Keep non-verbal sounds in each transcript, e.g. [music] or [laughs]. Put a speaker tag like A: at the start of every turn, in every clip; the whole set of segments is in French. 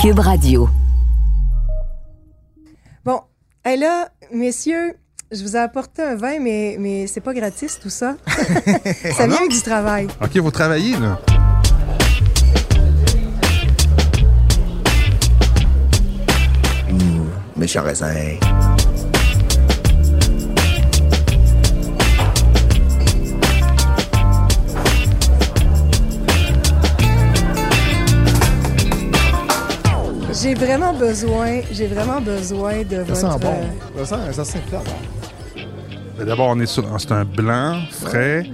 A: Cube Radio.
B: Bon, et là, messieurs, je vous ai apporté un vin, mais, mais c'est pas gratis tout ça. ça vient du travail.
C: OK, vous travaillez, là.
D: Méchant raisin.
B: J'ai vraiment besoin, j'ai vraiment besoin de
E: Ça
B: votre.
E: sent bon.
B: euh,
E: Ça sent, ça sent flavor.
C: Mais Ben, D'abord, on est sur. C'est un blanc, frais.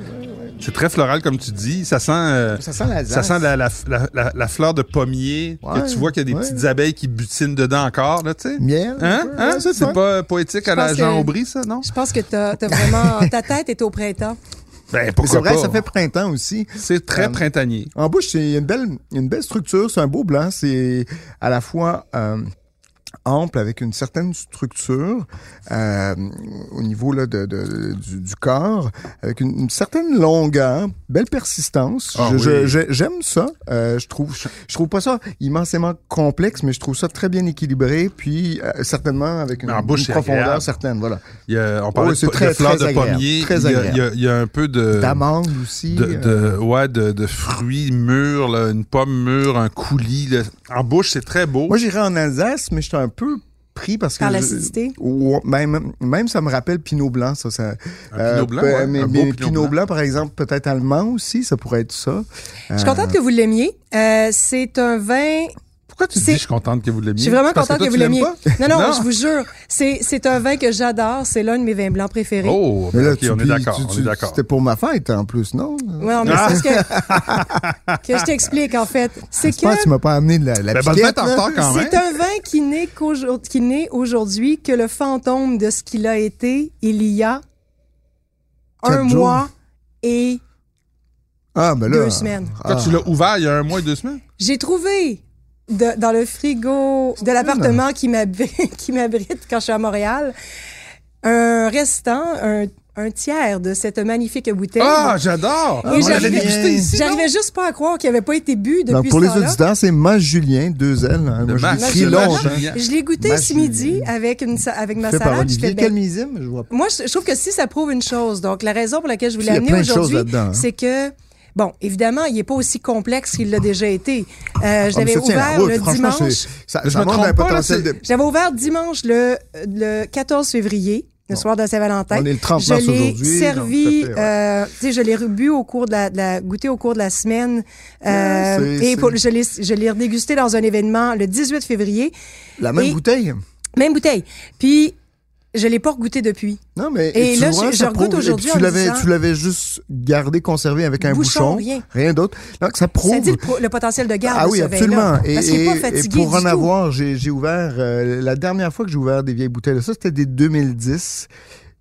C: C'est très floral, comme tu dis. Ça sent. euh,
E: Ça sent la
C: ça sent la, la- la- la- la fleur de pommier.
E: Ouais,
C: que tu vois qu'il y a des
E: ouais.
C: petites abeilles qui butinent dedans encore, là, tu sais.
E: Miel.
C: Hein?
E: un peu,
C: Hein?
E: ouais,
C: Ça,
E: ça.
C: c'est pas poétique à
B: Je
C: la
B: pense
C: Jean
B: que-
C: Aubry, ça, non?
B: Je pense que t'as t'as vraiment. Ta tête est au printemps.
C: Ben,
E: Mais C'est
C: pourquoi
E: vrai,
C: pas?
E: ça fait printemps aussi.
C: C'est très
E: Euh,
C: printanier.
E: En bouche, c'est une belle, une belle structure, c'est un beau blanc, c'est à la fois euh, ample avec une certaine structure euh, au niveau là, de, de- du, du corps, avec une, une certaine longueur, belle persistance.
C: Ah
E: Je- je-
C: oui.
E: je- J'aime ça. Euh, je trouve, je, je trouve pas ça immensément complexe, mais je trouve ça très bien équilibré, puis euh, certainement avec une,
C: Mais en bouche,
E: une
C: c'est
E: profondeur
C: agréable.
E: certaine. Voilà.
C: Il y a- on parlait
E: Ouais,
C: de,
E: Oh, c'est
C: po- de
E: très-
C: fleurs
E: très
C: de
E: agréable,
C: pommier.
E: très
C: il, y a, il y a-
E: agréable.
C: il y a un peu de.
E: D'amande aussi.
C: De,
E: euh,
C: de- ouais, de, de fruits mûrs, là, une pomme mûre, un coulis. là. En bouche, c'est très beau.
E: Moi, j'irai en Alsace, mais j'étais un peu pris parce que.
B: Par
E: je-
B: l'acidité?
E: Ouais, même, même ça me rappelle Pinot Blanc, ça. ça
C: Un Pinot Blanc,
E: peu-
C: ouais,
E: mais,
C: un beau
E: mais
C: Pinot
E: Pinot
C: Blanc.
E: Blanc. par exemple, peut-être allemand aussi, ça pourrait être ça.
B: Je suis contente que vous l'aimiez. Euh, c'est un vin.
C: Pourquoi tu dis
B: C'est-
C: je suis contente que vous l'aimiez?
B: Je suis vraiment
C: Parce
B: contente que,
C: toi,
B: vous
C: tu l'aimes
B: l'aimiez. Non, non,
C: Non.
B: je vous jure, c'est c'est un vin que j'adore. C'est l'un de mes vins blancs préférés.
C: pas? Oh,
E: Mais là,
C: ok,
E: tu-
C: on est
E: puis,
C: d'accord.
E: tu-
C: on est
E: tu-
C: d'accord.
E: C'était pour ma fête, en plus, non?
B: Ouais, non, mais c'est ce que, que je t'explique, en fait. C'est
E: Je pense
B: que
E: que tu m'as pas amené de la, la
C: Ben, bonne
E: piquette,
C: fête en
E: là.
C: retard quand même.
B: c'est un vin qui n'est qu'aujourd'hui- qui naît aujourd'hui que le fantôme de ce qu'il a été il y a
E: Quatre
B: un
E: jours.
B: mois et
E: Ah, ben là.
B: deux semaines.
C: Quand tu l'as ouvert il y a un mois et deux semaines?
B: J'ai trouvé de- dans le frigo de
E: Ah.
B: l'appartement qui m'habite qui m'abrite [laughs] quand je suis à Montréal un restant, un, un tiers de cette magnifique bouteille.
C: Ah, j'adore!
B: Et
C: on l'avait
B: j'arrivais-
C: dégusté ici. non?
B: J'arrivais juste pas à croire qu'il avait pas été bu depuis
E: Donc, pour
B: ce
E: les
B: temps-là.
E: auditeurs, c'est Mas Julien, deux L. hein.
C: Le
E: Moi, je
C: Mas-
E: l'écris
C: le
E: long,
C: Mas
E: hein.
C: Julien.
B: Je l'ai goûté
E: Ma
B: ce
E: chérie.
B: midi avec, une, sa- avec ma
E: Fait par
B: salade. Je fais,
E: Olivier.
B: ben,
E: Quel millésime, je vois pas.
B: moi, je, je trouve que si ça prouve une chose, donc la raison pour laquelle je voulais
E: Il y a
B: l'amener
E: plein de choses
B: aujourd'hui,
E: là-dedans, hein.
B: c'est que, bon, évidemment, il n'est pas aussi complexe qu'il l'a déjà été. Euh, je
E: Ah, mais
B: l'avais
E: ça tient la
B: ouvert
E: route.
B: le
E: Franchement, c'est-
B: dimanche.
E: Ça,
C: Je
E: ça
C: me
E: montre
C: trompe
E: un
C: pas, là,
E: potentiel
C: c'est-
E: de.
B: J'avais ouvert dimanche le, le 14 février, le soir de Saint-Valentin.
E: On est le 30
B: Je
E: mars
B: l'ai
E: aujourd'hui, donc
B: servi,
E: ça fait, ouais.
B: euh, tu sais, je l'ai rebu au cours de la, de la- goûté au cours de la semaine. euh,
E: Ouais, c'est-
B: et
E: c'est-
B: pour- je l'ai, je l'ai redégusté dans un événement le 18 février.
E: La même
B: Et-
E: bouteille.
B: Même bouteille. Puis, je l'ai pas goûté depuis.
E: Non, mais
B: Et
E: tu
B: là,
E: vois,
B: je-
E: ça
B: je regoute
E: prouve- et
B: aujourd'hui
E: puis
B: en
E: Tu l'avais,
B: disant-
E: tu l'avais juste gardé, conservé avec un
B: Bouchon,
E: bouchon,
B: rien.
E: d'autre. Donc ça prouve.
B: Ça dit le, pro- le potentiel de garde.
E: ah
B: de
E: oui,
B: ce
E: absolument.
B: vin-là.
E: Et,
B: Parce qu'il n'est
E: et-
B: pas
E: et
B: fatigué
E: pour
B: du
E: en
B: tout.
E: avoir, j'ai, j'ai ouvert euh, la dernière fois que j'ai ouvert des vieilles bouteilles. Ça, c'était des 2010.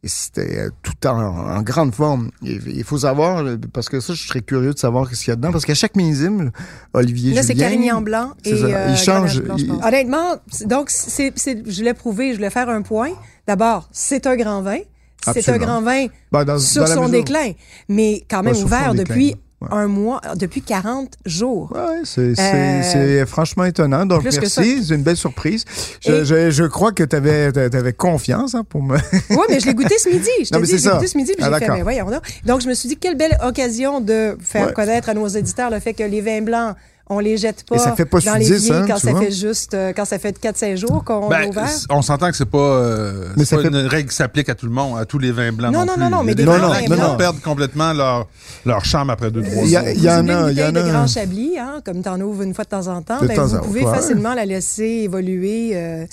E: Et c'était euh, tout en, en grande forme. Et- Il faut savoir, euh, parce que ça, je serais curieux de savoir ce qu'il y a dedans. Parce qu'à chaque millésime, Olivier
B: Là, c'est
E: Julien...
B: Carignan blanc
E: c'est
B: et
E: ça.
B: euh,
E: Il
B: Grenache
E: change.
B: blanc, je
E: Il-
B: pense. Honnêtement, c'est- donc c'est, c'est- je voulais prouver, je voulais faire un point. D'abord, c'est un grand vin. C'est un
E: Absolument.
B: grand vin
E: Ben, dans-
B: sur
E: dans la
B: son
E: mesure-
B: déclin, mais quand même
E: Ouais, sur
B: ouvert
E: son déclin,
B: depuis
E: ouais.
B: un mois, depuis 40 jours.
E: Ouais, c'est c'est-
B: Euh,
E: c'est franchement étonnant. Donc,
B: plus que
E: merci.
B: ça.
E: C'est une belle surprise. Je,
B: Et-
E: je, je crois que tu avais, confiance hein, pour me. [laughs]
B: Oui, mais je l'ai goûté ce midi. Je
E: Non,
B: t'ai
E: mais
B: dit,
E: c'est
B: je l'ai
E: ça.
B: goûté ce midi, puis
E: Ah,
B: j'ai fait,
E: d'accord.
B: ben voyons donc. Donc, je me suis dit, quelle belle occasion de faire
E: Ouais.
B: connaître à nos auditeurs le fait que les vins blancs, on les jette pas,
E: Et ça fait pas
B: dans
E: sous
B: les
E: 10, hein,
B: quand
E: tu
B: ça
E: vois.
B: fait juste, euh, quand ça fait 4-5 jours qu'on
C: Ben,
B: l'a ouvert.
C: c- on s'entend que c'est pas, euh,
E: Mais
C: c'est
E: ça
C: pas
E: fait-
C: une règle qui s'applique à tout le monde, à tous les vins blancs.
B: Non,
C: Non,
B: non,
C: plus.
B: non, non, mais
C: Il y
B: des
C: a vins
B: vins
C: blancs qui
B: blancs.
C: vont perdre complètement leur, leur charme après deux, trois
E: Il y,
C: jours.
E: a- il y en
B: Une
E: a, il y en
B: bouteille de grand
E: a.
B: chablis, hein, comme t'en ouvres une fois de temps en temps,
E: De
B: ben,
E: temps
B: vous
E: en
B: pouvez
E: temps.
B: facilement la laisser évoluer euh,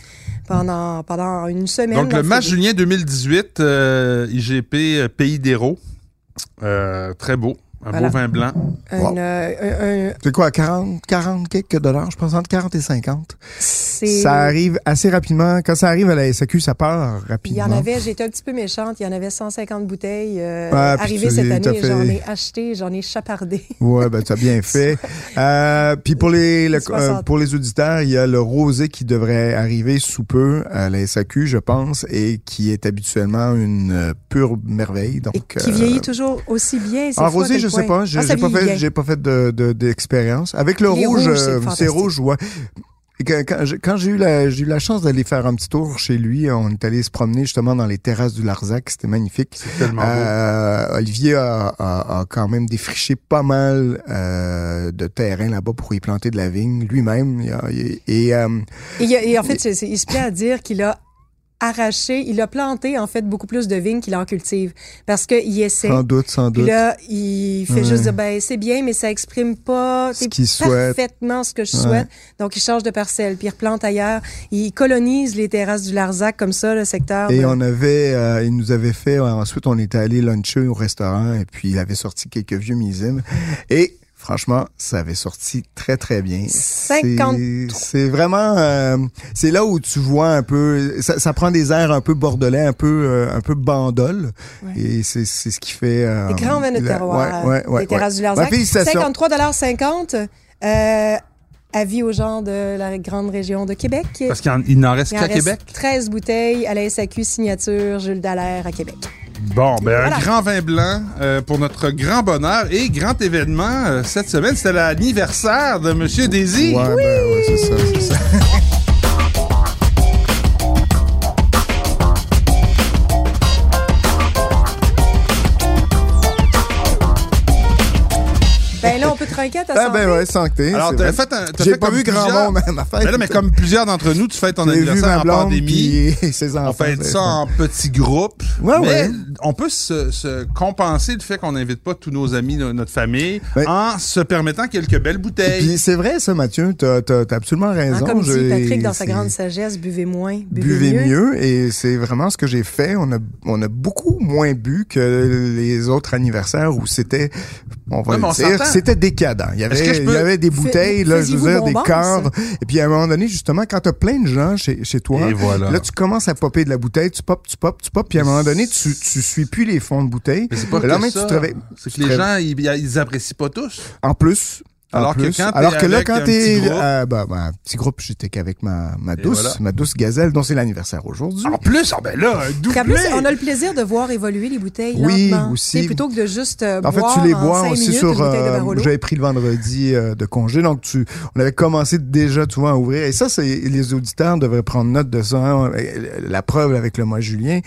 B: pendant, pendant une semaine.
C: Donc,
B: dans
C: le match
B: frigo.
C: Julien 2018, euh, IGP euh, Pays d'Hérault. Euh, très beau. Un
B: Voilà.
C: beau vin blanc.
B: Une,
E: Wow.
B: euh, un- un-
E: C'est quoi, 40, 40 quelques dollars, je pense, entre 40 et 50.
B: c'est-
E: Ça arrive assez rapidement. Quand ça arrive à la SAQ, ça part
B: Il
E: rapidement.
B: y en avait, j'étais un petit peu méchante, il y en avait 150 bouteilles euh,
E: Ah, puis
B: arrivées
E: tu-
B: cette
E: t'as
B: année.
E: fait-
B: J'en ai acheté, j'en ai chapardé.
E: Ouais, ben, tu as bien
B: [laughs]
E: fait. Euh, puis pour les, le-
B: 60.
E: euh, pour les auditeurs, il y a le rosé qui devrait arriver sous peu à la SAQ, je pense, et qui est habituellement une euh, pure merveille. [laughs] Donc,
B: Et qui
E: euh,
B: vieillit toujours aussi bien. c'est fou
E: En
B: à
E: rosé,
B: quel point.
E: je sais pas. J'ai
B: Ah, ça
E: j'ai pas
B: vieillit
E: fait,
B: bien.
E: j'ai pas fait de- de- d'expérience. Avec le
B: Les
E: rouge,
B: rouges, c'est
E: euh, c'est
B: fantastique.
E: rouge, ouais. Et que- quand j'ai- quand j'ai eu, la- j'ai eu la chance d'aller faire un petit tour chez lui, on est allé se promener justement dans les terrasses du Larzac, c'était magnifique.
C: C'est tellement beau.
E: Euh, Olivier a, a- a quand même défriché pas mal euh, de terrain là-bas pour y planter de la vigne lui-même. Il a- il- Et euh,
B: Et, il y a- et en fait, c'est- c'est- il se plaît à dire qu'il a arraché, il a planté en fait beaucoup plus de vignes qu'il en cultive parce qu'il essaie.
E: sans doute, sans
B: Puis
E: doute.
B: là, il fait
E: Ouais.
B: juste dire, ben, c'est bien, mais ça exprime pas
E: Ce
B: c'est
E: qu'il souhaite.
B: parfaitement ce que je
E: Ouais.
B: souhaite. Donc, il change de parcelle, puis il replante ailleurs. Il colonise les terrasses du Larzac comme ça, le secteur.
E: Et
B: de-
E: on avait, euh, il nous avait fait, euh, ensuite on était allé luncher au restaurant et puis il avait sorti quelques vieux millésimes. Et franchement, ça avait sorti très très bien. C'est-
B: 53.
E: C'est vraiment, euh, c'est là où tu vois un peu, ça, ça prend des airs un peu bordelais, un peu euh, un peu bandole.
B: Ouais.
E: Et c'est c'est ce qui fait. euh,
B: Des grands vins de
E: la-
B: terroir.
E: ouais, ouais, ouais,
B: des terrasses
E: ouais.
B: du Larzac.
E: Ben, félicitations.
B: 53,50 euh, avis aux gens de la grande région de Québec.
C: Parce qu'il en- il n'en reste
B: Il en
C: qu'à
B: reste
C: Québec.
B: 13 bouteilles à la SAQ signature Jules Dallaire à Québec.
C: Bon, ben
B: Voilà.
C: un grand vin blanc euh, pour notre grand bonheur et grand événement euh, cette semaine. C'était l'anniversaire de Monsieur Désir.
E: Ouais, ben, ouais, c'est ça, c'est ça.
B: Ben là, on peut trinquer à ta
E: Ah
B: santé.
E: ben ouais, santé.
C: Alors,
E: c'est
C: t'as
E: vrai.
C: fait un. t'as
E: J'ai
C: fait
E: pas
C: comme
E: vu grand
C: plusieurs-
E: monde à ma fête.
C: Ben là, mais comme plusieurs d'entre nous, tu fêtes ton
E: J'ai vu
C: anniversaire
E: ma
C: en
E: blonde
C: pandémie.
E: puis [laughs] ses enfants.
C: On fait ça
E: Ouais.
C: en petits groupes.
E: Ouais,
C: mais
E: ouais.
C: on peut se, se compenser le fait qu'on n'invite pas tous nos amis, no- notre famille,
E: Ouais.
C: en se permettant quelques belles bouteilles.
E: Puis c'est vrai, ça, Mathieu, t'as as, absolument
B: Hein,
E: raison.
B: comme dit
E: J'ai-
B: Patrick dans sa
E: c'est-
B: grande sagesse, buvez moins, buvez,
E: Buvez mieux. et c'est vraiment ce que j'ai fait. On a, on a beaucoup moins bu que les autres anniversaires où c'était, on va
C: Ouais, mais
E: le
C: on
E: dire,
C: s'entend.
E: c'était décadent. Il y
C: Est-ce que
E: avait,
C: je
E: il
C: peux-
E: y avait des bouteilles, là, je
B: faisiez-vous
E: veux dire, des
B: bonbon,
E: quarts. Et puis à un moment donné, justement, quand t'as plein de gens chez, chez toi,
C: Et voilà.
E: là, tu commences à popper de la bouteille, tu popes, tu popes, tu popes, puis à un moment donné, tu, tu suis plus les fonds de bouteille.
C: Mais c'est pas
E: Le
C: que
E: lendemain,
C: ça.
E: tu te réveilles-
C: C'est que
E: tu
C: les
E: te réveilles-
C: gens, ils, ils apprécient pas tous.
E: En plus. en
C: Alors que
E: plus.
C: quand t'es
E: Alors que là,
C: avec
E: quand
C: un
E: t'es.
C: petit groupe-
E: euh, bah, bah, un petit groupe, j'étais qu'avec ma, ma
C: Et
E: douce,
C: voilà.
E: ma douce gazelle, dont c'est l'anniversaire aujourd'hui.
C: En plus, ah ben là, un
B: Puis
C: doublé.
B: en plus, on a le plaisir de voir évoluer les bouteilles
E: Oui,
B: lentement.
E: aussi.
B: Tu sais, Plutôt que de juste euh,
E: en fait,
B: boire
E: tu les
B: en
E: bois
B: cinq
E: aussi
B: minutes
E: sur.
B: une bouteille de
E: euh,
B: Barolo.
E: J'avais pris le vendredi euh, de congé, donc tu, on avait commencé déjà, tu vois, à ouvrir. Et ça, c'est les auditeurs devraient prendre note de ça. hein. La preuve avec le mois de Julien.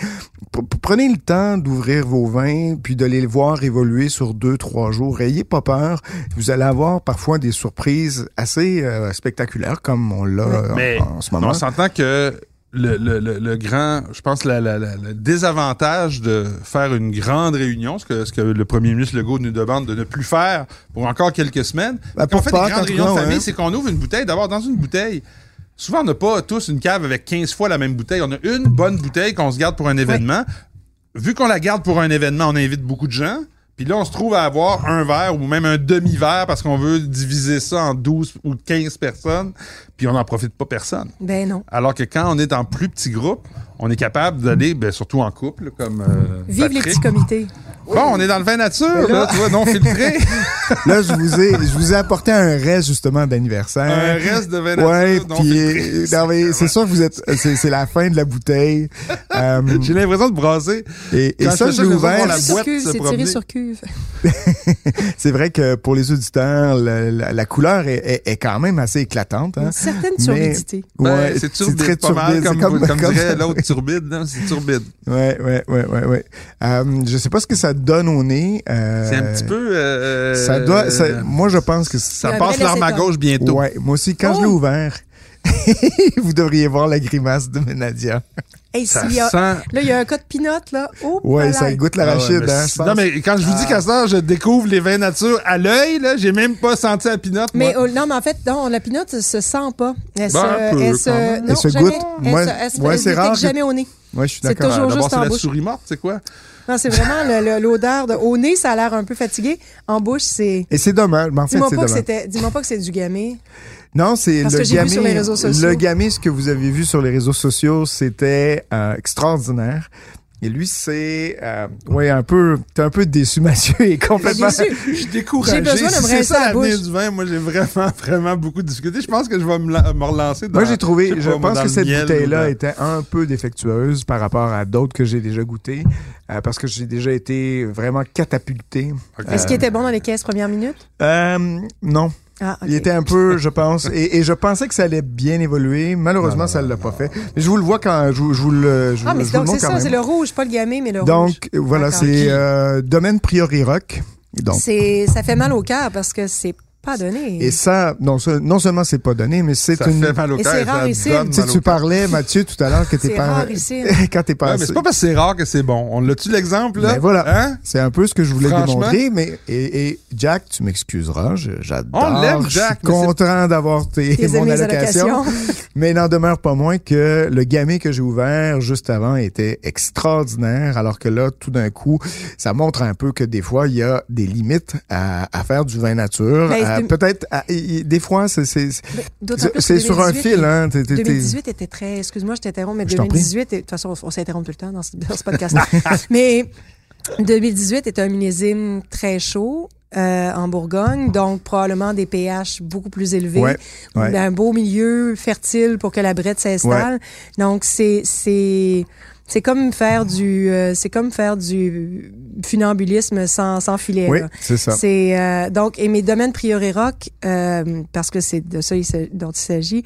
E: P- Prenez le temps d'ouvrir vos vins, puis de les voir évoluer sur deux, trois jours. Ayez pas peur. Vous allez avoir parfois des surprises assez euh, spectaculaires, comme on l'a euh,
C: Mais
E: en, en ce moment.
C: On s'entend que le, le- le- le grand, je pense, la- la- la- le désavantage de faire une grande réunion, ce que, ce que le premier ministre Legault nous demande de ne plus faire pour encore quelques semaines, quand
E: Ben,
C: on
E: pour
C: fait des
E: Pâques, en
C: grandes
E: tout
C: réunions de
E: cas,
C: famille,
E: ouais.
C: c'est qu'on ouvre une bouteille. D'abord, dans une bouteille, souvent, on n'a pas tous une cave avec 15 fois la même bouteille. On a une bonne bouteille qu'on se garde pour un événement. Vu qu'on la garde pour un événement, on invite beaucoup de gens. Puis là, on se trouve à avoir un verre ou même un demi-verre parce qu'on veut diviser ça en 12 ou 15 personnes. Puis on n'en profite pas personne.
B: Ben non.
C: Alors que quand on est en plus petit groupe, on est capable d'aller, ben, surtout en couple, comme. euh,
B: Vive les
C: Patrick.
B: petits comités.
C: Bon, on est dans le vin nature,
E: Mais là-
C: là, tu vois, non filtré.
E: Là, je vous ai, je vous ai apporté un reste justement
C: un
E: d'anniversaire.
C: reste de vin
E: Ouais,
C: nature, non
E: puis
C: filtré.
E: euh, non, mais c'est sûr que vous êtes, euh, c'est c'est la fin de
C: [laughs]
E: la bouteille. Euh, [laughs]
C: J'ai l'impression de brasser.
E: et, et
C: Quand
E: ça,
C: je fais
E: je l'ai
C: ça, on
E: ouvert.
B: Tiré
C: la
B: sur
C: boîte
B: cuve,
C: se
B: C'est tiré
C: promener.
B: sur cuve.
E: C'est vrai que pour les auditeurs, la, la- la couleur est, est- est quand même assez éclatante. Hein?
B: Une certaine
E: Mais-
B: turbidité.
C: Ben,
E: Ouais,
C: c'est turbide, pas mal,
E: turbide,
C: comme,
E: c'est
C: comme,
E: [laughs]
C: dirait l'autre turbide, non, c'est turbide.
E: Ouais, ouais, ouais, ouais, ouais. Euh, je sais pas ce que ça donne au nez. euh,
C: C'est un petit peu. euh,
E: Ça doit. ça-
C: euh,
E: moi, je pense que ça
C: ça
B: Un
C: passe
B: vrai
C: l'arme à
B: acétone.
C: gauche bientôt.
E: Ouais, moi aussi, quand je l'ai
B: Oh!
E: ouvert, [laughs] vous devriez voir la grimace de Nadia.
B: Hey,
C: Ça
B: s'il y a- Ah
C: sent.
B: Là, il y a un cas de pinote, là. Oh,
E: Ouais,
B: là
E: ça
B: là.
E: goûte
C: Ah ouais,
E: l'arachide.
C: mais
E: hein,
C: si-
E: je pense.
C: non, mais quand je vous dis qu'à ce heure, je découvre les vins nature à l'œil, là, j'ai même pas senti la pinote.
B: Mais
C: moi.
B: oh, non, mais en fait, non, la pinote se sent pas. Elle
C: Ben, un peu,
B: se, elle
C: quand
B: se,
C: même.
B: non,
E: Elle se
B: jamais.
E: goûte.
B: Elle
E: Moi-
B: se- elle se-
E: moi,
B: elle
E: c'est
B: détecte
E: rare que-
B: jamais au nez.
E: Ouais, je suis
B: c'est
E: d'accord.
B: toujours-
C: Ah, D'abord,
B: juste
C: c'est
B: en
C: la
B: bouche.
C: souris morte, c'est quoi?
B: Non, c'est vraiment le- le- l'odeur de. Au nez, ça a l'air un peu fatigué. En bouche, c'est.
E: Et c'est dommage. mais en fait,
B: Dis-moi
E: c'est
B: pas, que
E: dommage.
B: c'était- dis-moi pas que c'est du
E: [laughs]
B: gamay.
E: Non, c'est
B: Parce
E: le
B: que j'ai vu
E: gamay.
B: sur les réseaux sociaux.
E: Le gamay, ce que vous avez vu sur les réseaux sociaux, c'était euh, extraordinaire. Et lui, c'est euh, ouais un peu, t'es un peu déçu, [laughs] Mathieu, et complètement.
B: Bien sûr.
C: Je suis découragé.
B: J'ai besoin de me
C: Si
B: rincer
C: C'est ça
B: la
C: l'avenir
B: bouche.
C: du vin. Moi, j'ai vraiment, [laughs] vraiment beaucoup discuté. Je pense que je vais me, la- me relancer dans
E: Moi, j'ai trouvé,
C: sais
E: je
C: pas, moi,
E: pense
C: dans
E: que
C: le
E: cette
C: miel ou
E: bouteille-là
C: dans-
E: était un peu défectueuse par rapport à d'autres que j'ai déjà goûtées, euh, parce que j'ai déjà été vraiment catapulté.
C: Ok.
E: Euh,
B: Est-ce qu'il était bon dans les 15 premières minutes?
E: Euh, non,
B: Ah, ok.
E: Il était un peu, je pense, et, et je pensais que ça allait bien évoluer. Malheureusement, ça ne l'a pas fait. Mais je vous le vois quand je, vous- je vous le, je,
B: Ah,
E: vous-
B: mais
E: je
B: c'est
E: vous le
B: donc, c'est
E: montre quand
B: ça, c'est
E: même.
B: le rouge, pas le gamay, mais le rouge.
E: Donc voilà,
B: D'accord.
E: c'est euh, domaine priori rock. Donc
B: C'est, ça fait mal au cœur parce que c'est pas donné.
E: et ça, non, se- non seulement c'est pas donné, mais c'est
C: Ça
E: une.
C: fait mal au
B: Et
C: cœur.
B: c'est
C: ça
B: rare ici.
C: donne
E: Tu sais,
C: mal au
E: tu
C: cœur.
E: parlais Mathieu tout à l'heure que t'es
B: C'est
E: pas
B: rare ici.
E: [laughs] quand t'es
C: Ouais,
E: pas.
C: mais c'est pas parce que c'est rare que c'est bon. On l'a-tu l'exemple, là?
E: Ben voilà.
C: Hein?
E: C'est un peu ce que je voulais
C: Franchement.
E: démontrer, mais et, et Jack, tu m'excuseras, je- j'adore.
C: On l'aime,
E: je suis
C: Jack, mais c'est-
E: content d'avoir tes,
B: Tes
E: mon
B: amis
E: allocation.
B: allocations. [laughs]
E: Mais il n'en demeure pas moins que le gamet que j'ai ouvert juste avant était extraordinaire, alors que là, tout d'un coup, ça montre un peu que des fois, il y a des limites à, à faire du vin nature.
B: Ben,
E: à-
B: c'est-
E: Peut-être, à- il- il- des fois, c'est c'est-
B: Mais d'autant plus
E: c'est
B: que
E: sur un
B: 2018,
E: fil. Hein, T'es- t'es- t'es-
B: 2018 était très. Excuse-moi, je t'interromps, mais
E: Je t'en prie.
B: 2018. est- De toute façon, on, on s'interrompt tout le temps dans ce, dans ce
E: [laughs]
B: podcast-là. mais 2018 est un millésime très chaud euh, en Bourgogne, donc probablement des pH beaucoup plus élevés,
E: Ouais, ouais.
B: un beau milieu fertile pour que la brette s'installe. Donc, c'est. c'est... C'est comme faire du, euh, c'est comme faire du funambulisme sans, sans filet.
E: Oui,
B: là.
E: c'est ça.
B: euh, C'est euh, donc et mes domaines priori rock euh, parce que c'est de ça il s'a- dont il s'agit.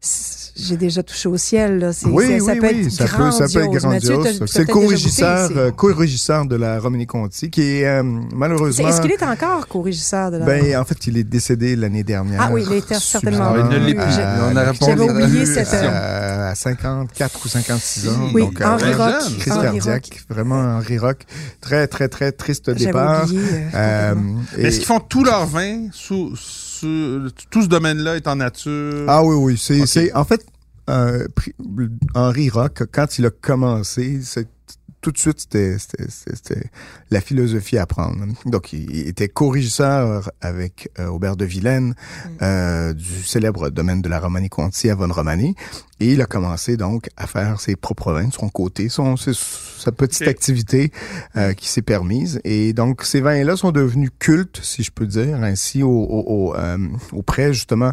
B: c'est- J'ai déjà touché au ciel là. C'est-
E: Oui,
B: ça,
E: oui,
B: ça peut
E: oui,
B: être
E: ça peut,
B: grandiose.
E: ça peut être
B: Mathieu,
E: grandiose.
B: t'as- t'as
E: C'est le
B: peut-être déjà goûté,
E: co-régisseur,
B: c'est-
E: euh, co-régisseur de la Romini Conti, qui est euh,
B: c'est-
E: malheureusement.
B: Est-ce qu'il est encore co-régisseur de la
E: Ben, en fait, il est décédé l'année dernière.
B: Ah oui, il était certainement-
E: Substantivement,
C: Ah, il ne l'est plus.
E: à-
C: On a répondu
B: J'avais oublié
E: à-
B: cette,
E: euh, À, à 54 ou 56 ans.
B: Oui,
E: donc,
B: Henri
E: euh,
B: Rock.
E: crise
B: Henri
E: cardiaque, vraiment Henri Rock. Très, très, très triste
B: J'avais
E: départ.
B: oublié. euh,
E: Euh,
B: complètement.
E: et-
C: Mais Est-ce qu'ils font tout leur vin sous, sous- tout ce domaine-là est en nature?
E: Ah oui, oui. C'est,
C: Ok.
E: c'est- en fait, euh, pri- Henri Rock, quand il a commencé, c'est, tout de suite, c'était, c'était- c'était- c'était la philosophie à prendre. Donc, il, il était co-régisseur avec euh, Aubert de Vilaine euh, du célèbre domaine de la Romanie Conti à Von Romani. Et il a commencé donc à faire ses propres vins de son côté, son, ses- sa petite
C: Ok.
E: activité euh, qui s'est permise. Et donc, ces vins-là sont devenus cultes, si je peux dire, ainsi au, au- au, euh, auprès justement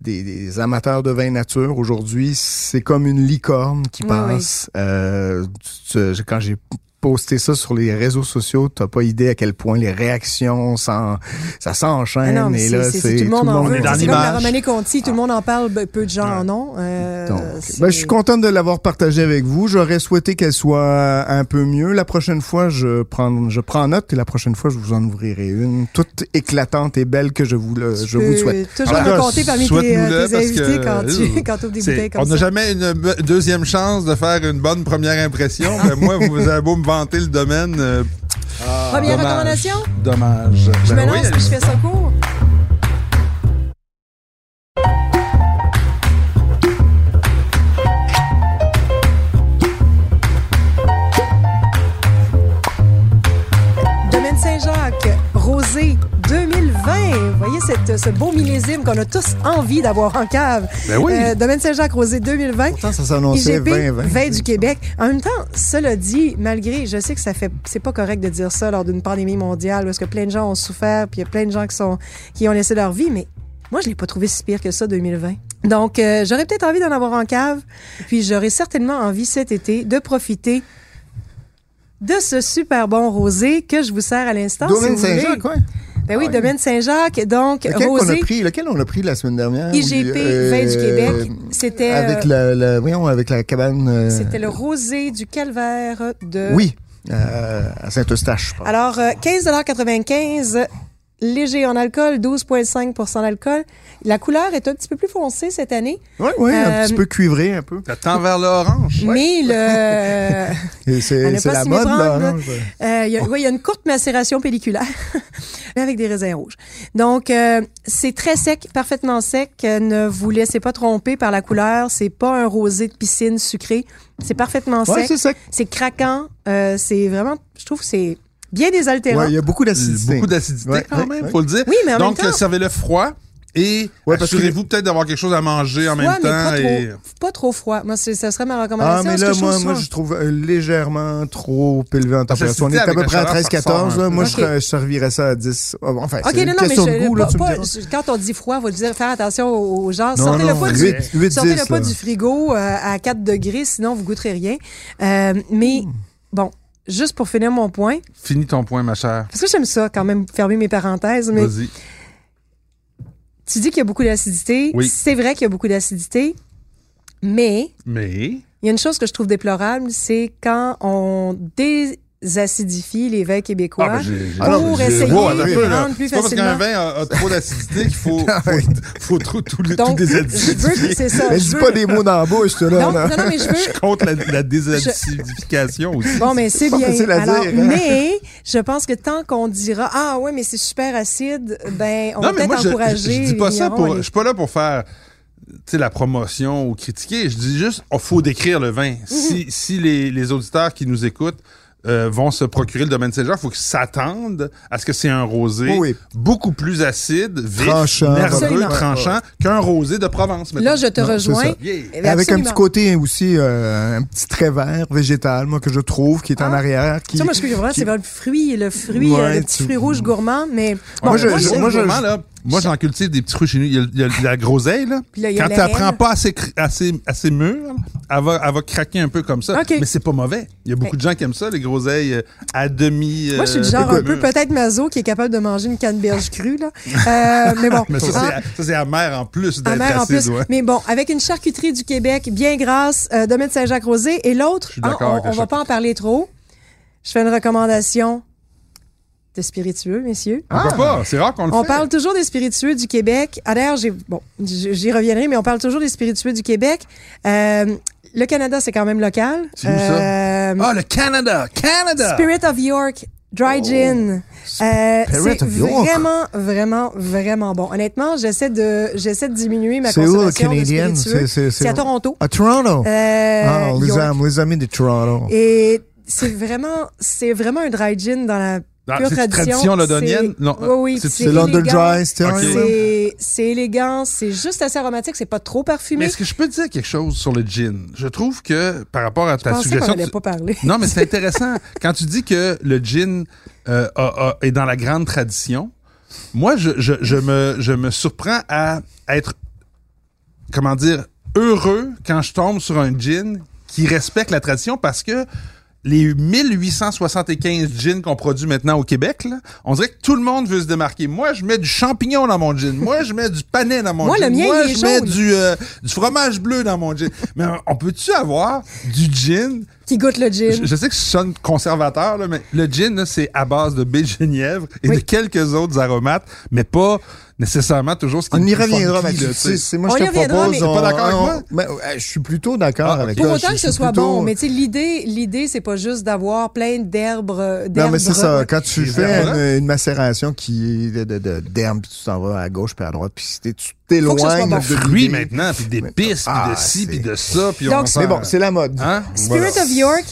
E: des, des amateurs de vin nature. Aujourd'hui, c'est comme une licorne qui
B: Oui,
E: passe. Euh, tu- tu- quand j'ai posté ça sur les réseaux sociaux, t'as pas idée à quel point les réactions, s'en- ça s'enchaîne.
B: Ah non, mais
E: et
B: c'est-
E: là,
B: c'est- c'est tout le monde en
E: monde
B: veut.
E: est Ah.
C: dans
B: C'est comme la
C: l'image.
B: Romanée Conti, tout le monde en parle, ben, peu de gens en ont. euh,
E: Donc,
B: c'est-
E: ben, je suis content de l'avoir partagé avec vous. J'aurais souhaité qu'elle soit un peu mieux. La prochaine fois, je prends, je prends note et la prochaine fois, je vous en ouvrirai une toute éclatante et belle que je vous, le,
B: Tu
E: je vous le
B: peux
E: souhaite.
B: Toujours
C: En tout
B: me
C: cas,
B: compter parmi tes,
C: souhaite-nous-le
B: euh, tes
C: Ah, parce que-
B: invités quand tu
C: Ouh.
B: [laughs] quand ouvres des
C: C'est-
B: bouteilles comme
C: on n'a
B: ça.
C: jamais une be- deuxième chance de faire une bonne première impression.
B: Ah.
C: Ben moi, vous avez beau me vanter le domaine. euh,
B: Première
C: dommage.
B: recommandation?
C: Dommage.
B: Je me
C: Ben oui,
B: lance puis je fais secours. Domaine Saint-Jacques, rosé 2020. Voyez cette, ce beau millésime qu'on a tous envie d'avoir en cave.
C: Ben oui.
B: Euh, Domaine Saint-Jacques, rosé 2020.
E: Pourtant, ça s'annonçait
B: IGP
E: 20-20.
B: 20 du Québec. En même temps, cela dit, malgré, je sais que ça fait, c'est pas correct de dire ça lors d'une pandémie mondiale, parce que plein de gens ont souffert, puis il y a plein de gens qui sont, qui ont laissé leur vie, mais moi, je l'ai pas trouvé si pire que ça 2020. Donc, euh, j'aurais peut-être envie d'en avoir en cave, puis j'aurais certainement envie cet été de profiter de ce super bon rosé que je vous sers à l'instant. si
E: Domaine
B: vous voulez.
E: Saint-Jacques, ouais.
B: Ben oui,
E: Ah,
B: Domaine Saint-Jacques. Donc,
E: Lequel qu'on a
B: rosé
E: pris, lequel on a pris la semaine dernière?
B: IGP
E: Oui,
B: 20 du
E: euh,
B: Québec. C'était euh,
E: Avec la, la- voyons, avec la cabane. euh,
B: c'était le rosé du calvaire de
E: Oui, euh, à Saint-Eustache. je pense.
B: Alors, euh, 15,95 léger en alcool, 12,5 d'alcool. La couleur est un petit peu plus foncée cette année,
E: Oui, oui, un
B: euh,
E: petit peu cuivré, un peu.
C: ça tend vers l'orange.
B: mais
E: [laughs]
B: le...
E: Et
B: on
E: C'est
B: n'est
E: c'est
B: pas
E: la
B: si
E: mode, là. hein,
B: méprendre, là.
E: non?
B: Euh, il y a- ouais, il y a une courte macération pelliculaire, [laughs] mais avec des raisins rouges. Donc, euh, c'est très sec, parfaitement sec. Euh, Ne vous laissez pas tromper par la couleur. C'est pas un rosé de piscine sucré. C'est parfaitement
E: Ouais,
B: sec.
E: c'est ça.
B: C'est craquant. Euh, c'est vraiment... Je trouve que c'est bien désaltérant.
E: Ouais, il y a beaucoup d'acidité.
C: Euh, Beaucoup d'acidité
E: Ouais,
C: quand
E: ouais,
C: même,
E: ouais.
C: faut le dire.
B: Oui, mais en même
C: Donc,
B: temps-
C: euh, servez-le froid et
E: Ouais, parce que-
C: assurez-vous peut-être d'avoir quelque chose à manger en
B: Froid,
C: même
B: mais
C: temps.
B: pas,
C: et-
B: trop, pas trop froid. Moi, c'est- ça serait ma
E: Ah,
B: recommandation.
E: mais
B: parce que
E: là,
B: je
E: moi,
B: trouve
E: moi,
B: ça-
E: je trouve euh, légèrement trop élevé en température. On
C: s'est dit,
E: est à peu
C: avec
E: près
C: la
E: à
C: chaleur,
E: 13-14.
C: ça ressort
E: là.
C: un
E: Moi,
C: peu.
E: je, serais- je servirais ça à 10. Ah, Enfin,
B: Ok,
E: c'est
B: non,
E: une
B: non, mais
E: question
B: je-
E: de goût, là,
B: pas-
E: tu me
B: pas-
E: diras.
B: je- quand on dit froid, il faut dire- faire attention aux, aux gens.
E: Non,
B: Sortez-le
E: non,
B: pas, du,
E: 8, 8,
B: sortez-le
E: 10,
B: pas
E: là. [laughs]
B: du frigo euh, à 4 degrés, sinon vous goûterez rien. Euh, mais
E: Hmm.
B: bon, juste pour finir mon point,
C: Finis ton point, ma chère.
B: parce que j'aime ça quand même, fermer mes parenthèses, mais
C: Vas-y.
B: Tu dis qu'il y a beaucoup d'acidité.
C: Oui.
B: C'est vrai qu'il y a beaucoup d'acidité, mais
C: Mais.
B: il y a une chose que je trouve déplorable, c'est quand on désacidifie les vins québécois
C: Ah, ben, j'ai- j'ai-
B: pour
E: Ah non, mais j'ai-
B: essayer
E: Wow,
B: de
E: attends un
C: peu,
B: le
C: là.
B: rendre plus
C: C'est pas parce
B: facilement.
C: qu'un vin a, a trop d'acidité qu'il
E: [laughs]
C: faut, faut, faut trop tout, le- tout
B: Donc, je veux
C: désacidifier.
B: que c'est ça.
E: Ah, Mais
B: je
E: dis
B: veux-
E: pas des mots dans la bouche, toi, là.
B: Non,
E: là.
B: non, non, mais je
E: [laughs]
B: veux,
C: Contre la, la désacidification aussi.
B: Bon, mais c'est
E: pas
B: bien.
E: facile à
B: Alors,
E: dire, hein?
B: Mais je pense que tant qu'on dira Ah ouais, mais c'est super acide, ben on va peut-être
C: je,
B: encourager.
C: je- je dis
B: les
C: pas ça
B: vignerons à
C: pour.
B: les-
C: Je suis pas là pour faire tu sais, la promotion ou critiquer. Je dis juste, il faut décrire le vin.
B: Mhm.
C: Si, si les, les auditeurs qui nous écoutent euh, vont se procurer le domaine Saint-Jean, il faut qu'ils s'attendent à ce que c'est un rosé
E: Oui, oui.
C: beaucoup plus acide, vif,
E: Tranchant.
C: nerveux,
B: Absolument.
C: tranchant qu'un rosé de Provence. mettons.
B: Là, je te
E: Non, c'est
B: rejoins.
E: ça.
C: Yeah.
B: Eh bien,
E: Avec un petit
B: absolument.
E: côté hein, aussi, euh, un petit trait vert végétal, moi, que je trouve, qui est en
B: Ah.
E: arrière. Qui...
B: Tu sais, moi, je suis vraiment,
E: qui-
B: c'est le fruit, le fruit,
E: Ouais,
B: euh, le petit
E: tu-
B: fruit rouge gourmand, mais
E: Moi,
B: bon,
E: je-
B: moi,
E: je-
B: j'ai-
E: moi, je-
C: Gourmand, là, moi, j'en cultive des petits fruits chez nous. Il y a, il y a de la groseille, là.
B: Puis là, il y a
C: Quand
B: la
C: tu apprends
B: reine.
C: pas assez, cr- assez, assez mûr, elle va, elle va craquer un peu comme ça.
B: OK.
C: Mais c'est pas mauvais. Il y a beaucoup
B: Ouais.
C: de gens qui aiment ça, les groseilles euh, à demi.
B: moi, je suis
C: euh,
B: le genre un
C: mûres.
B: peu peut-être maso qui est capable de manger une canneberge crue, là. Euh, mais
E: [laughs]
B: bon.
C: Mais ça,
B: Hein?
C: c'est, ça, c'est amer en plus d'être
B: Amère en
C: acide,
B: plus.
C: ouais.
B: Mais bon, avec une charcuterie du Québec bien grasse, euh, domaine Saint-Jacques-Rosé, et l'autre,
C: Je suis
B: hein,
C: d'accord avec
B: on,
C: la
B: on va pas en parler trop. Je fais une recommandation de spiritueux, messieurs.
C: Pourquoi pas? C'est rare qu'on le
B: Ah. On
C: fait.
B: parle toujours des spiritueux du Québec. Ah, d'ailleurs, j'ai, bon, j- j'y reviendrai, mais on parle toujours des spiritueux du Québec. Euh, le Canada, c'est quand même local.
C: C'est où, ça?
B: Euh,
C: Ah, le Canada! Canada! Oh,
B: Spirit of York, Dry Gin. Euh,
E: Spirit
B: c'est
E: of York.
B: vraiment, vraiment, vraiment bon. Honnêtement, j'essaie de, j'essaie de diminuer ma
E: C'est où, le
B: consommation de
E: Canadian?
B: spiritueux.
E: C'est- c'est- c'est
B: C'est à
E: où?
B: Toronto.
E: À Toronto.
B: Euh,
E: ah, les,
B: York.
E: amis, les amis de Toronto.
B: Et c'est vraiment, c'est vraiment un dry gin dans la
C: Ah,
B: pure
C: c'est
B: tradition.
C: tradition londonienne?
B: C'est-
C: Non,
B: oui, oui,
C: c'est-
E: C'est London
B: élégant.
E: Dry, c'était
C: Ok.
E: un-
B: C'est- C'est élégant, c'est juste assez aromatique, c'est pas trop
C: Mais
B: parfumé.
C: est-ce que je peux te dire quelque chose sur le gin? Je trouve que, par rapport à
B: Je
C: ta
B: pensais qu'on
C: suggestion...
B: n'allait
C: tu-
B: pas parler. [laughs]
C: Non, mais c'est intéressant. Quand tu dis que le gin euh, a- a- est dans la grande tradition, moi, je, je- je me, je me surprends à être, comment dire, heureux quand je tombe sur un gin qui respecte la tradition parce que les 1875 gins qu'on produit maintenant au Québec, là, on dirait que tout le monde veut se démarquer. Moi, je mets du champignon dans mon gin. Moi, je mets du panais dans mon
B: Moi,
C: gin.
B: le mien,
C: Moi,
B: il est
C: je mets
B: jaune.
C: du, euh, du fromage bleu dans mon gin. Mais euh, on peut-tu avoir du gin
B: Qui goûte le
C: je,
B: gin.
C: je sais que je sonne conservateur, là, mais le gin, là, c'est à base de baie de genièvre et
B: Oui.
C: de quelques autres aromates, mais pas nécessairement toujours ce qui
E: On y
C: est plus
E: reviendra,
C: funky,
E: Mathieu.
C: là,
E: Tu sais,
C: tu sais.
E: c'est- moi, je
B: On
E: te
B: y reviendra,
E: propose.
B: mais- T'es
C: pas
E: on-
C: d'accord avec
E: on-
C: moi?
E: Ben, euh, je suis plutôt d'accord
C: Ah,
E: avec
B: Pour
E: toi.
B: autant que
E: Je- je
B: ce
E: suis
B: soit
E: plutôt-
B: bon, mais tu sais, l'idée, l'idée, c'est pas juste d'avoir plein d'herbes. euh,
E: Non,
B: d'herbes
E: mais c'est ça. Quand tu
C: Des
E: fais
C: herbes,
E: une, une macération qui est de- de- de- d'herbe, puis tu t'en vas à gauche puis à droite, puis si t'es- tu
B: Faut que ce soit
E: t'éloignes
B: bon.
E: de
C: Fruits
E: l'idée.
C: maintenant, puis d'épices, puis
E: Ah,
C: de ci,
E: c'est-
C: puis de ça, puis
B: Donc,
C: on
E: Mais
C: s'en-
E: bon, c'est la mode.
C: Hein?
B: Spirit of York,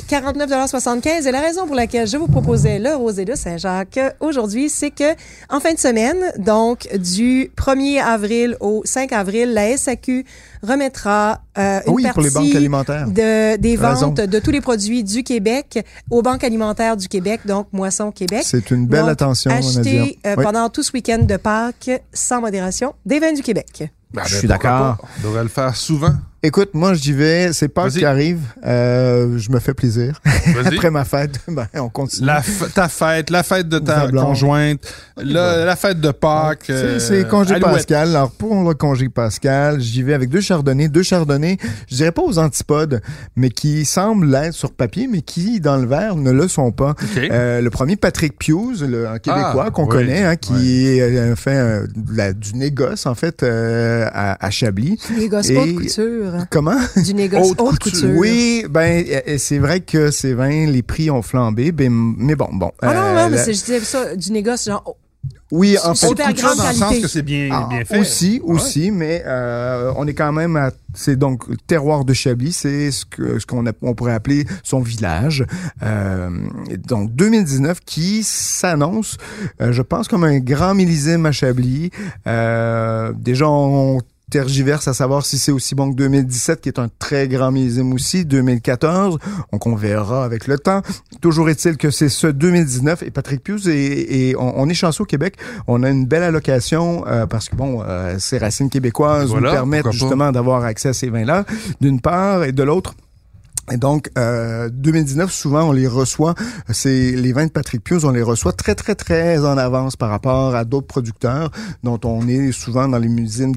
B: 49,75 Et la raison pour laquelle je vous proposais le rosé de Saint-Jacques euh, aujourd'hui, c'est que en fin de semaine, donc du 1er avril au 5 avril, la SAQ remettra euh, une
E: Oui,
B: partie
E: pour les banques alimentaires.
B: de, des
E: Raison.
B: ventes de tous les produits du Québec aux banques alimentaires du Québec, donc Moisson Québec.
E: C'est une belle
B: Donc,
E: attention, Nadia.
B: Acheter euh,
E: hein. Oui.
B: pendant tout ce week-end de Pâques, sans modération, des vins du Québec.
C: Ben,
E: Je
C: ben,
E: suis
C: pourquoi
E: d'accord.
C: pas? On devrait le faire souvent.
E: Écoute, moi, j'y vais. C'est pas
C: Vas-y.
E: qui arrive. Euh, je me fais plaisir.
C: Vas-y.
E: [laughs] Après ma fête, ben, on continue.
C: La f- ta fête, la fête de ta
E: Ta blonde.
C: conjointe, la, la fête de Pâques.
E: C'est
C: euh,
E: c'est congé
C: Alouette.
E: Pascal. Alors, pour le congé Pascal, j'y vais avec deux chardonnays. Deux chardonnays, je dirais pas aux antipodes, mais qui semblent l'être sur papier, mais qui, dans le verre, ne le sont pas.
C: OK.
E: Euh, le premier, Patrick Pius, le, un Québécois
B: Ah,
E: qu'on
C: oui,
E: connaît, hein, qui euh, fait euh, de la- du négoce, en fait, euh, à, à Chablis.
B: Négoce
E: Et-
B: haute couture. hein.
E: Comment?
B: Du négoce
C: Haute
B: haute,
C: couture.
B: couture.
E: Oui, ben euh, euh, c'est vrai que ces vins, les prix ont flambé, ben, mais bon, bon.
B: Ah non, non,
E: euh,
B: mais
E: la-
B: c'est- je disais ça, du négoce, genre, oh,
E: Oui, en fait,
C: Haute
B: Super
C: couture
B: grande
C: dans le sens
B: qualité.
C: que c'est bien,
E: Ah,
C: bien fait.
E: Aussi,
C: Ouais.
E: aussi, mais euh, on est quand même à. C'est donc le terroir de Chablis, c'est ce que ce qu'on a- on pourrait appeler son village. Euh, donc 2019 qui s'annonce, euh, je pense comme un grand millésime à Chablis. Euh, déjà on tergiverse à savoir si c'est aussi bon que 2017 qui est un très grand millésime aussi 2014 donc on verra avec le temps toujours est-il que c'est ce 2019 et Patrick Pius et, et on, on est chanceux au Québec on a une belle allocation euh, parce que bon euh, ces racines québécoises
C: Voilà,
E: nous permettent
C: pourquoi pas.
E: justement d'avoir accès à ces vins là d'une part et de l'autre Et donc, euh, 2019, souvent, on les reçoit, c'est les vins de Patrick Pius, on les reçoit très, très, très en avance par rapport à d'autres producteurs dont on est souvent dans les musines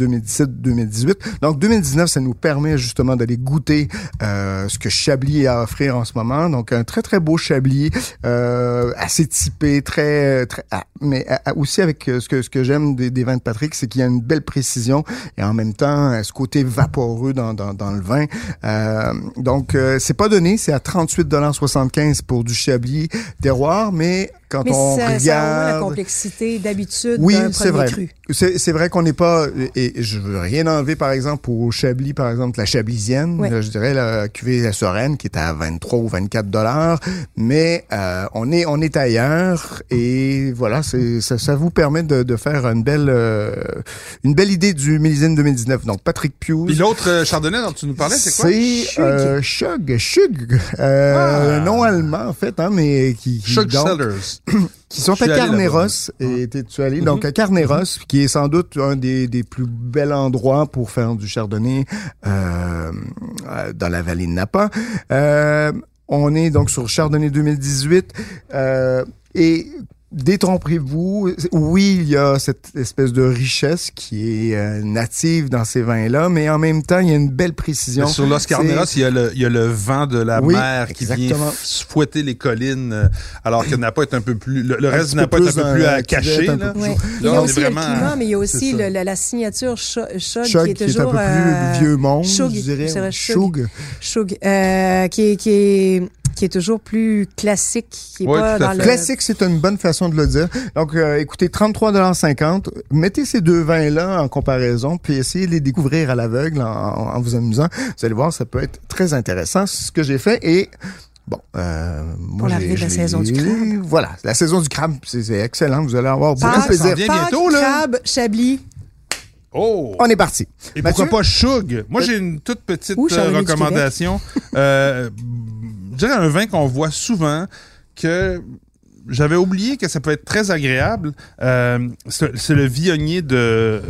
E: 2017-2018. Donc, 2019, ça nous permet justement d'aller goûter euh, ce que Chablis a à offrir en ce moment. Donc, un très, très beau Chablis, euh, assez typé, très... très ah, mais ah, aussi avec ce que, ce que j'aime des, des, vins de Patrick, c'est qu'il y a une belle précision et en même temps, euh, ce côté vaporeux dans, dans, dans le vin. Euh, donc, c'est pas donné, c'est à 38,75 pour du Chablis terroir, mais quand
B: mais
E: on
B: ça,
E: regarde...
B: Ça la complexité d'habitude
E: oui,
B: d'un
E: c'est vrai.
B: cru.
E: C'est, vrai qu'on n'est pas... Et je veux rien enlever, par exemple, au Chablis, par exemple, la Chablisienne,
B: Oui.
E: je dirais la cuvée la Sorène, qui est à 23 ou 24 dollars, mais euh, on, est, on est ailleurs, et voilà, c'est, ça, ça vous permet de, de faire une belle, euh, une belle idée du millésime 2019. Donc, Patrick
C: Puis
E: Pius...
C: l'autre euh, chardonnay dont tu nous parlais, c'est quoi?
E: C'est euh, Chug, Chug,
C: Ah.
E: euh, un nom allemand en fait, hein, mais qui, qui
C: Shug
E: donc-
C: Sellers.
E: qui sont
C: Je
E: à
C: suis allé
E: Carneros. Et t'es- tu es
C: Mhm.
E: allé donc à Carneros, qui est sans doute un des, des plus bels endroits pour faire du chardonnay euh, euh, dans la vallée de Napa. Euh, on est donc sur Chardonnay 2018 euh, et Détrompez-vous, oui, il y a cette espèce de richesse qui est euh, native dans ces vins-là, mais en même temps, il y a une belle précision.
C: Sur Los Carneros, il y, a le, il y a le vent de la
E: Oui,
C: mer qui vient
E: exactement.
C: f- fouetter les collines, euh, alors que Napa est un peu plus. Le, le
E: Un
C: reste
E: petit
C: de Napa
E: peu
C: est un
E: plus
C: peu plus
E: dans
C: à
E: la cuvette,
C: cacher.
E: un peu
C: là.
E: plus-
B: Ouais.
E: Là,
B: Il y
C: on est
B: a aussi
C: vraiment-
B: le climat, mais il y a aussi
E: C'est ça.
B: le- la, la signature Cho- Chog,
E: Chug,
B: qui est toujours
E: un peu plus
B: euh,
E: vieux monde,
B: Chug,
E: je dirais.
B: c'est vrai,
E: ou
B: Chug.
E: Chug.
B: Chug, euh, qui, est, qui, est, qui est toujours plus classique, qui est
C: Ouais,
B: pas
C: tout à
B: dans
C: fait.
B: le...
E: Classique, c'est une bonne façon de le dire. Donc, euh, écoutez, 33,50 Mettez ces deux vins-là en comparaison, puis essayez de les découvrir à l'aveugle en, en- en vous amusant. Vous allez voir, ça peut être très intéressant. C'est ce que j'ai fait et... Bon, euh, moi, j'ai-
B: l'arrivée de la
E: je
B: saison
E: l'ai-
B: du crabe.
E: Voilà, la saison du crabe, c'est c'est excellent. Vous allez avoir beaucoup
B: Pâques,
E: de plaisir.
C: bien
B: Pâques,
C: bientôt, là.
B: crabe, Chablis
C: Oh!
E: On est parti.
C: Et
E: Mathieu?
C: pourquoi pas Chug? Moi, j'ai une toute petite
B: Ou
C: euh,
B: Chardonnay du
C: recommandation. Euh, je dirais un vin qu'on voit souvent, que j'avais oublié que ça peut être très agréable. Euh, c'est c'est le viognier de euh,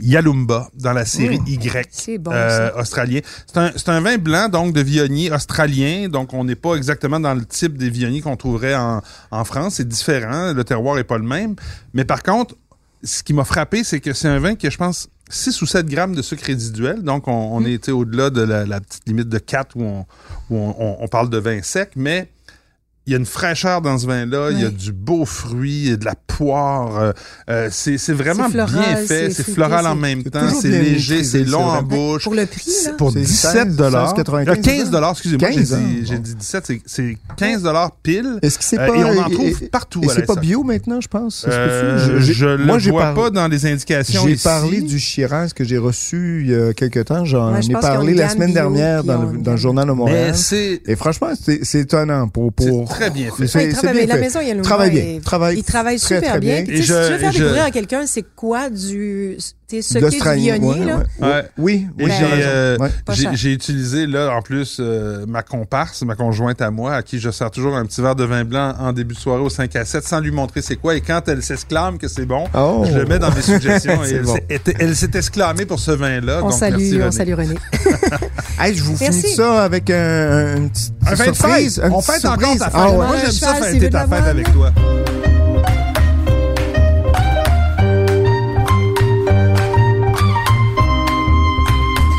C: Yalumba dans la série
E: Mmh.
C: Y.
B: C'est bon,
C: euh,
B: ça.
C: australien. C'est un, c'est un vin blanc, donc, de viognier australien. Donc, on n'est pas exactement dans le type des viogniers qu'on trouverait en, en France. C'est différent. Le terroir n'est pas le même. Mais par contre, ce qui m'a frappé, c'est que c'est un vin qui, a, je pense, 6 ou 7 grammes de sucre résiduel. Donc, on, on
B: Mm.
C: est tu sais, au-delà de la, la petite limite de 4 où, on, où on- on- on parle de vin sec. Mais il y a une fraîcheur dans ce vin-là. Il y a
B: Oui.
C: du beau fruit, il y a de la poire. euh, euh, c'est c'est vraiment
B: C'est floral,
C: bien fait.
B: c'est
C: C'est
B: fruité,
C: floral en
B: c'est-
C: même
E: c'est
C: temps.
E: toujours
C: C'est
E: bien
C: léger,
E: maîtrisé,
C: c'est long
E: c'est
C: en
E: vrai.
C: bouche.
B: Pour le prix, là.
C: C'est Pour
E: C'est
C: 17
E: 16,
C: dollars.
E: 16,95,
C: 15 dollars, excusez-moi, j'ai
E: 15, hein,
C: dit, j'ai
E: bon.
C: dit 17, c'est- c'est 15 dollars pile.
E: Est-ce que c'est
C: Euh,
E: pas...
C: et on en
E: et-
C: trouve
E: et-
C: partout
E: Et
C: à
E: c'est
C: la
E: pas
C: SAC.
E: bio maintenant, je pense? Ça se
C: Euh,
E: peut-tu?
C: je ne le
E: j'ai
C: vois
E: par-
C: pas dans les indications
E: J'ai
C: ici.
E: parlé du Shiraz que j'ai reçu il y a quelque temps. J'en
B: Ouais, je
E: ai
B: pense qu'on
E: parlé
B: le
E: la
B: gagne
E: semaine
B: bio,
E: dernière
B: puis
E: dans
B: on
E: le,
B: le
E: dans le
B: gagne.
E: Journal de
C: Mais
E: Montréal.
C: c'est
E: Et franchement, c'est c'est étonnant pour... pour...
C: c'est très
B: Ouais,
C: bien fait.
B: Ah, il
E: C'est c'est
B: travaille, mais
E: bien
B: la
E: fait.
B: maison, il y a le
E: Travaille
B: moment,
E: bien.
B: et-
E: Travaille
B: Il travaille
E: très,
B: super
E: très
B: bien.
E: bien.
B: Puis, tu sais,
C: Et
B: si
C: je-
B: tu veux faire
C: je-
B: découvrir à quelqu'un c'est quoi du t'es ce qu'est du
E: D'Australie,
B: vionnier,
E: ouais,
B: là.
E: ouais.
C: Ouais.
E: Oui,
C: Et
E: oui,
B: Ben,
E: j'ai
C: j'ai,
E: raison.
C: euh,
E: Ouais.
B: Pas
C: j'ai-
B: cher.
C: j'ai utilisé là en plus euh, ma comparse, ma conjointe à moi, à qui je sers toujours un petit verre de vin blanc en début de soirée au 5 à 7 sans lui montrer c'est quoi. Et quand elle s'exclame que c'est bon,
E: Oh.
C: je le mets dans
E: [laughs]
C: mes suggestions. et
E: C'est
C: elle
E: bon.
C: s'est- était- elle s'est exclamée pour ce vin-là.
B: On
C: donc merci,
B: salue, on
C: René.
B: salue René.
E: Hey, je vous
B: Merci.
E: finis ça avec un, une petite
C: Un vin de
E: surprise.
C: fête.
E: un
C: On
E: petit
C: fête encore
E: surprise.
C: ta fête. hein?
E: Ah ouais.
C: Moi, j'aime ça
B: Cheval, s'il
C: fêter
B: veut
C: ta
B: de la
C: fête
B: voix,
C: avec
B: là.
C: toi.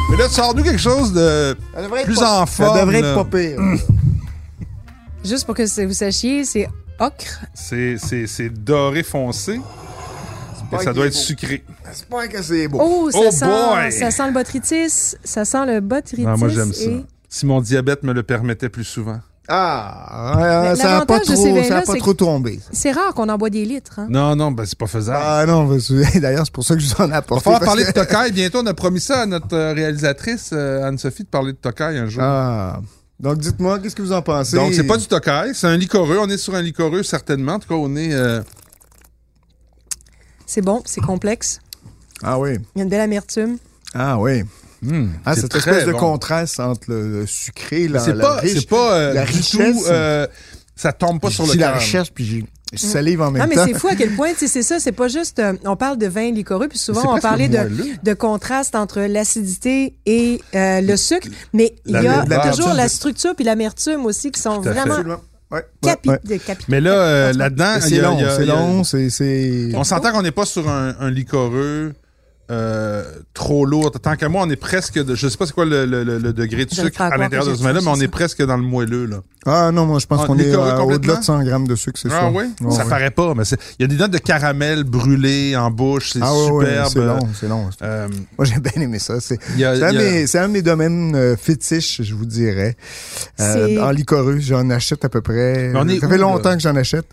C: Mais là, sors-nous quelque chose de
E: Ça devrait être
C: plus
E: pas-
C: en forme.
E: Ça devrait
C: là.
E: être pas pire.
C: Mm.
B: Juste pour que c- vous sachiez, c'est ocre.
C: C'est- C'est c'est doré foncé. Et
E: pas
C: ça doit
E: qu'il est
C: être
E: beau.
C: sucré.
E: J'espère que c'est beau.
B: Oh, ça
C: Oh
B: sent,
C: boy!
B: ça sent le botrytis, ça sent le botrytis.
C: Non, moi, j'aime ça.
B: et-
C: Si mon diabète me le permettait plus souvent.
E: Ah,
B: Mais
E: euh, ça n'a pas
B: l'avantage de ces
E: trop, ça
B: vins-là,
E: a pas
B: c'est
E: trop tombé.
B: C'est rare qu'on en boit des litres. Hein.
C: Non, non, ben, c'est pas faisable.
E: Ah non, parce que- [laughs] d'ailleurs, c'est pour ça que je vous en ai
C: Il va
E: apporté.
C: falloir
E: parce
C: parler
E: que-
C: de Tokai. Bientôt, on a promis ça à notre euh, réalisatrice, euh, Anne-Sophie, de parler de Tokai un jour.
E: Ah. Donc, dites-moi, qu'est-ce que vous en pensez?
C: Donc, c'est pas du Tokai, c'est un licoreux. On est sur un licoreux, certainement. En tout cas, on est. euh,
B: C'est bon, c'est complexe.
E: Ah oui.
B: Il y a une belle amertume.
E: Ah oui.
C: hmm,
E: Ah,
C: c'est
E: cette
C: très
E: espèce de
C: bon.
E: contraste entre le, le sucré, la,
C: C'est
E: Ben, la
C: pas,
E: riche-
C: c'est pas euh,
E: la
C: du
E: richesse.
C: tout. euh, ça tombe pas sur le
E: J'ai la
C: cœur.
E: recherche, puis j'ai Je salive en même
B: Mm. Non, mais
E: temps.
B: c'est fou à quel point, tu sais, c'est ça, c'est pas juste. euh, on parle de vin liquoreux, puis
E: C'est
B: souvent, on
E: presque
B: parlait de,
E: moelleux.
B: de contraste entre l'acidité et euh, le sucre, mais il
C: La-
B: y a
C: l'amertume.
B: toujours la structure puis l'amertume aussi qui sont
C: Tout à fait.
B: vraiment
E: Absolument. Ouais, ouais,
B: capi-
E: ouais. Ah,
B: de capi-
C: Mais là, euh, là-dedans, il
E: C'est
C: y a-
E: long,
C: il y a-
E: c'est
C: il y a-
E: long, c'est- c'est.
C: On s'entend qu'on n'est pas sur un, un licoreux euh, trop lourd. Tant qu'à moi, on est presque. De, je sais pas c'est quoi le, le- le- le degré de
B: Je vais
C: sucre
B: faire
C: à
B: croire
C: l'intérieur
B: que
C: de
B: j'ai
C: ce vin-là, mais on
B: touché
C: est
B: ça.
C: presque dans le moelleux. Là.
E: Ah non, moi je pense
C: Ah,
E: qu'on est
C: liquoreux
E: euh,
C: complètement?
E: au-delà de 100 grammes de sucre, c'est
C: Ah
E: sûr.
C: oui?
E: Ouais,
C: ça
E: ouais.
C: paraît pas, mais c'est- il y a des notes de caramel brûlées en bouche. C'est
E: Ah ouais, ouais,
C: superbe.
E: c'est long, c'est long.
C: Euh,
E: Moi j'ai bien aimé ça. C'est
C: il y a-
E: c'est un,
C: Euh, il y
E: de
C: a-
E: mes- c'est un de mes domaines euh, fétiches, je vous dirais. Euh,
B: C'est-
E: en licoreux, j'en achète à peu près.
C: Mais on est
E: ça
C: où,
E: fait
C: là?
E: longtemps que j'en achète.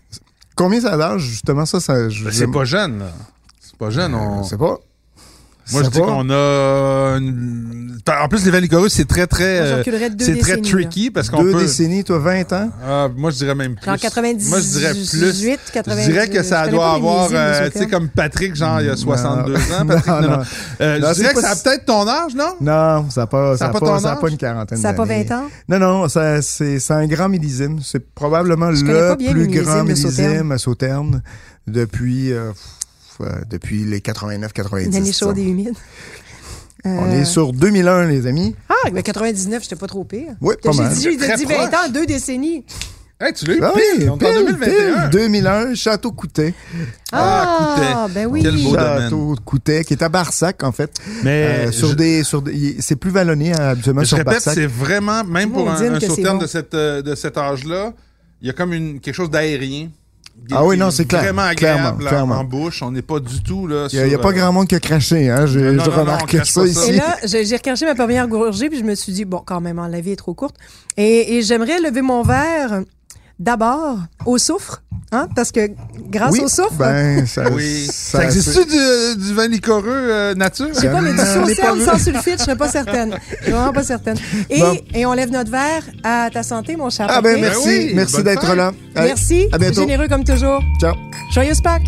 E: Combien ça l'âge, justement, ça, ça je-
C: ben, c'est
E: je-
C: pas jeune. là. C'est pas jeune. on-
E: Je sais pas.
C: Moi, je
E: sais
C: dis
E: pas.
C: qu'on a. une- En plus, les vins licoreux, c'est très, très.
B: Moi, je
C: euh,
B: reculerais de deux
C: C'est très
B: décennies,
C: tricky parce qu'on
E: Deux
C: peut.
E: décennies, toi, 20 ans?
C: Ah, moi, je dirais même plus.
B: Genre 98,
C: Moi, je dirais plus.
B: 90,
C: Je dirais que
B: je
C: ça
B: connais
C: doit
B: pas les
C: avoir,
B: millésimes de
C: euh, tu
B: Sauternes.
C: sais, comme Patrick, genre, il y a 62 ans. Patrick, non,
E: [laughs] Non,
C: non.
E: non.
C: Euh,
E: Non,
C: je
E: c'est
C: dirais que
E: pas
C: ça a
E: si-
C: peut-être ton âge, non?
E: Non, ça n'a pas,
C: Ça a
E: ça a
C: pas
E: pas,
C: ton
E: ça a
C: âge?
E: pas une quarantaine
B: Ça a pas
E: d'années.
B: 20 ans?
E: Non, non, ça, c'est, c'est un grand millésime. C'est probablement
B: Je connais
E: le
B: pas bien
E: plus
B: les millésimes
E: grand
B: de Sauternes.
E: millésime à Sauternes depuis, euh, pff, euh, depuis les 89-90.
B: Une année chaude et
E: disons.
B: humide.
E: On
B: Euh,
E: est sur 2001, les amis.
B: Ah, ben 99, j'étais pas trop pire.
E: Oui, pas mal.
B: J'ai dit, j'ai
C: Très
B: dit 20
C: proche.
B: ans, deux décennies.
C: Hey, tu l'as eu
E: Ah oui,
C: pile, on est en
E: pile,
C: 2021.
E: pile, 2001, Château Coutet.
C: Ah,
B: Ah,
C: Coutet.
B: ben oui.
C: Quel beau-
E: Château Coutet, qui est à Barsac, en fait.
C: Mais
E: Euh, sur
C: je-
E: des, sur des- il- c'est plus vallonné, euh, habituellement,
C: Je
E: sur
C: répète,
E: Barsac.
C: c'est vraiment, même pour un,
B: Maudine
C: un
B: que c'est
C: sauterne
B: bon.
C: de, cette, euh, de cet âge-là, il y a comme une, quelque chose d'aérien. qui-
E: Ah oui,
C: qui
E: non,
C: est
E: c'est clair.
C: Vraiment
E: Clairement,
C: agréable en-
E: clairement.
C: en bouche. On n'est pas du tout là. euh,
E: Il n'y a, pas grand monde qui a craché, hein. Je,
C: Non, non,
E: je
C: non, on
E: remarque
C: crache
E: ça
C: pas
E: ici.
C: ça.
B: Et là, j'ai j'ai recraché ma première gorgée, puis je me suis dit, bon, quand même, hein, la vie est trop courte. Et, et j'aimerais lever mon verre d'abord au soufre, hein, parce que grâce
E: oui,
B: au soufre,
E: ben, ça,
C: Oui. Ça, existe-tu du, du vin licoreux euh, nature?
B: je sais pas, mais du
E: Euh,
B: saucerne sans sulfite, je serais pas certaine. Je suis vraiment pas certaine. Et,
E: Bon.
B: et on lève notre verre à ta santé, mon cher.
E: Ah
B: Patrick.
E: ben merci,
C: Ben oui,
E: merci
C: bonne
E: d'être
C: fête.
E: là. Allez,
B: Merci.
E: À bientôt.
B: Généreux comme toujours.
E: Ciao.
B: Joyeuse Pâques.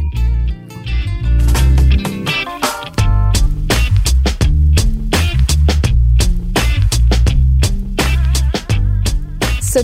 A: Ce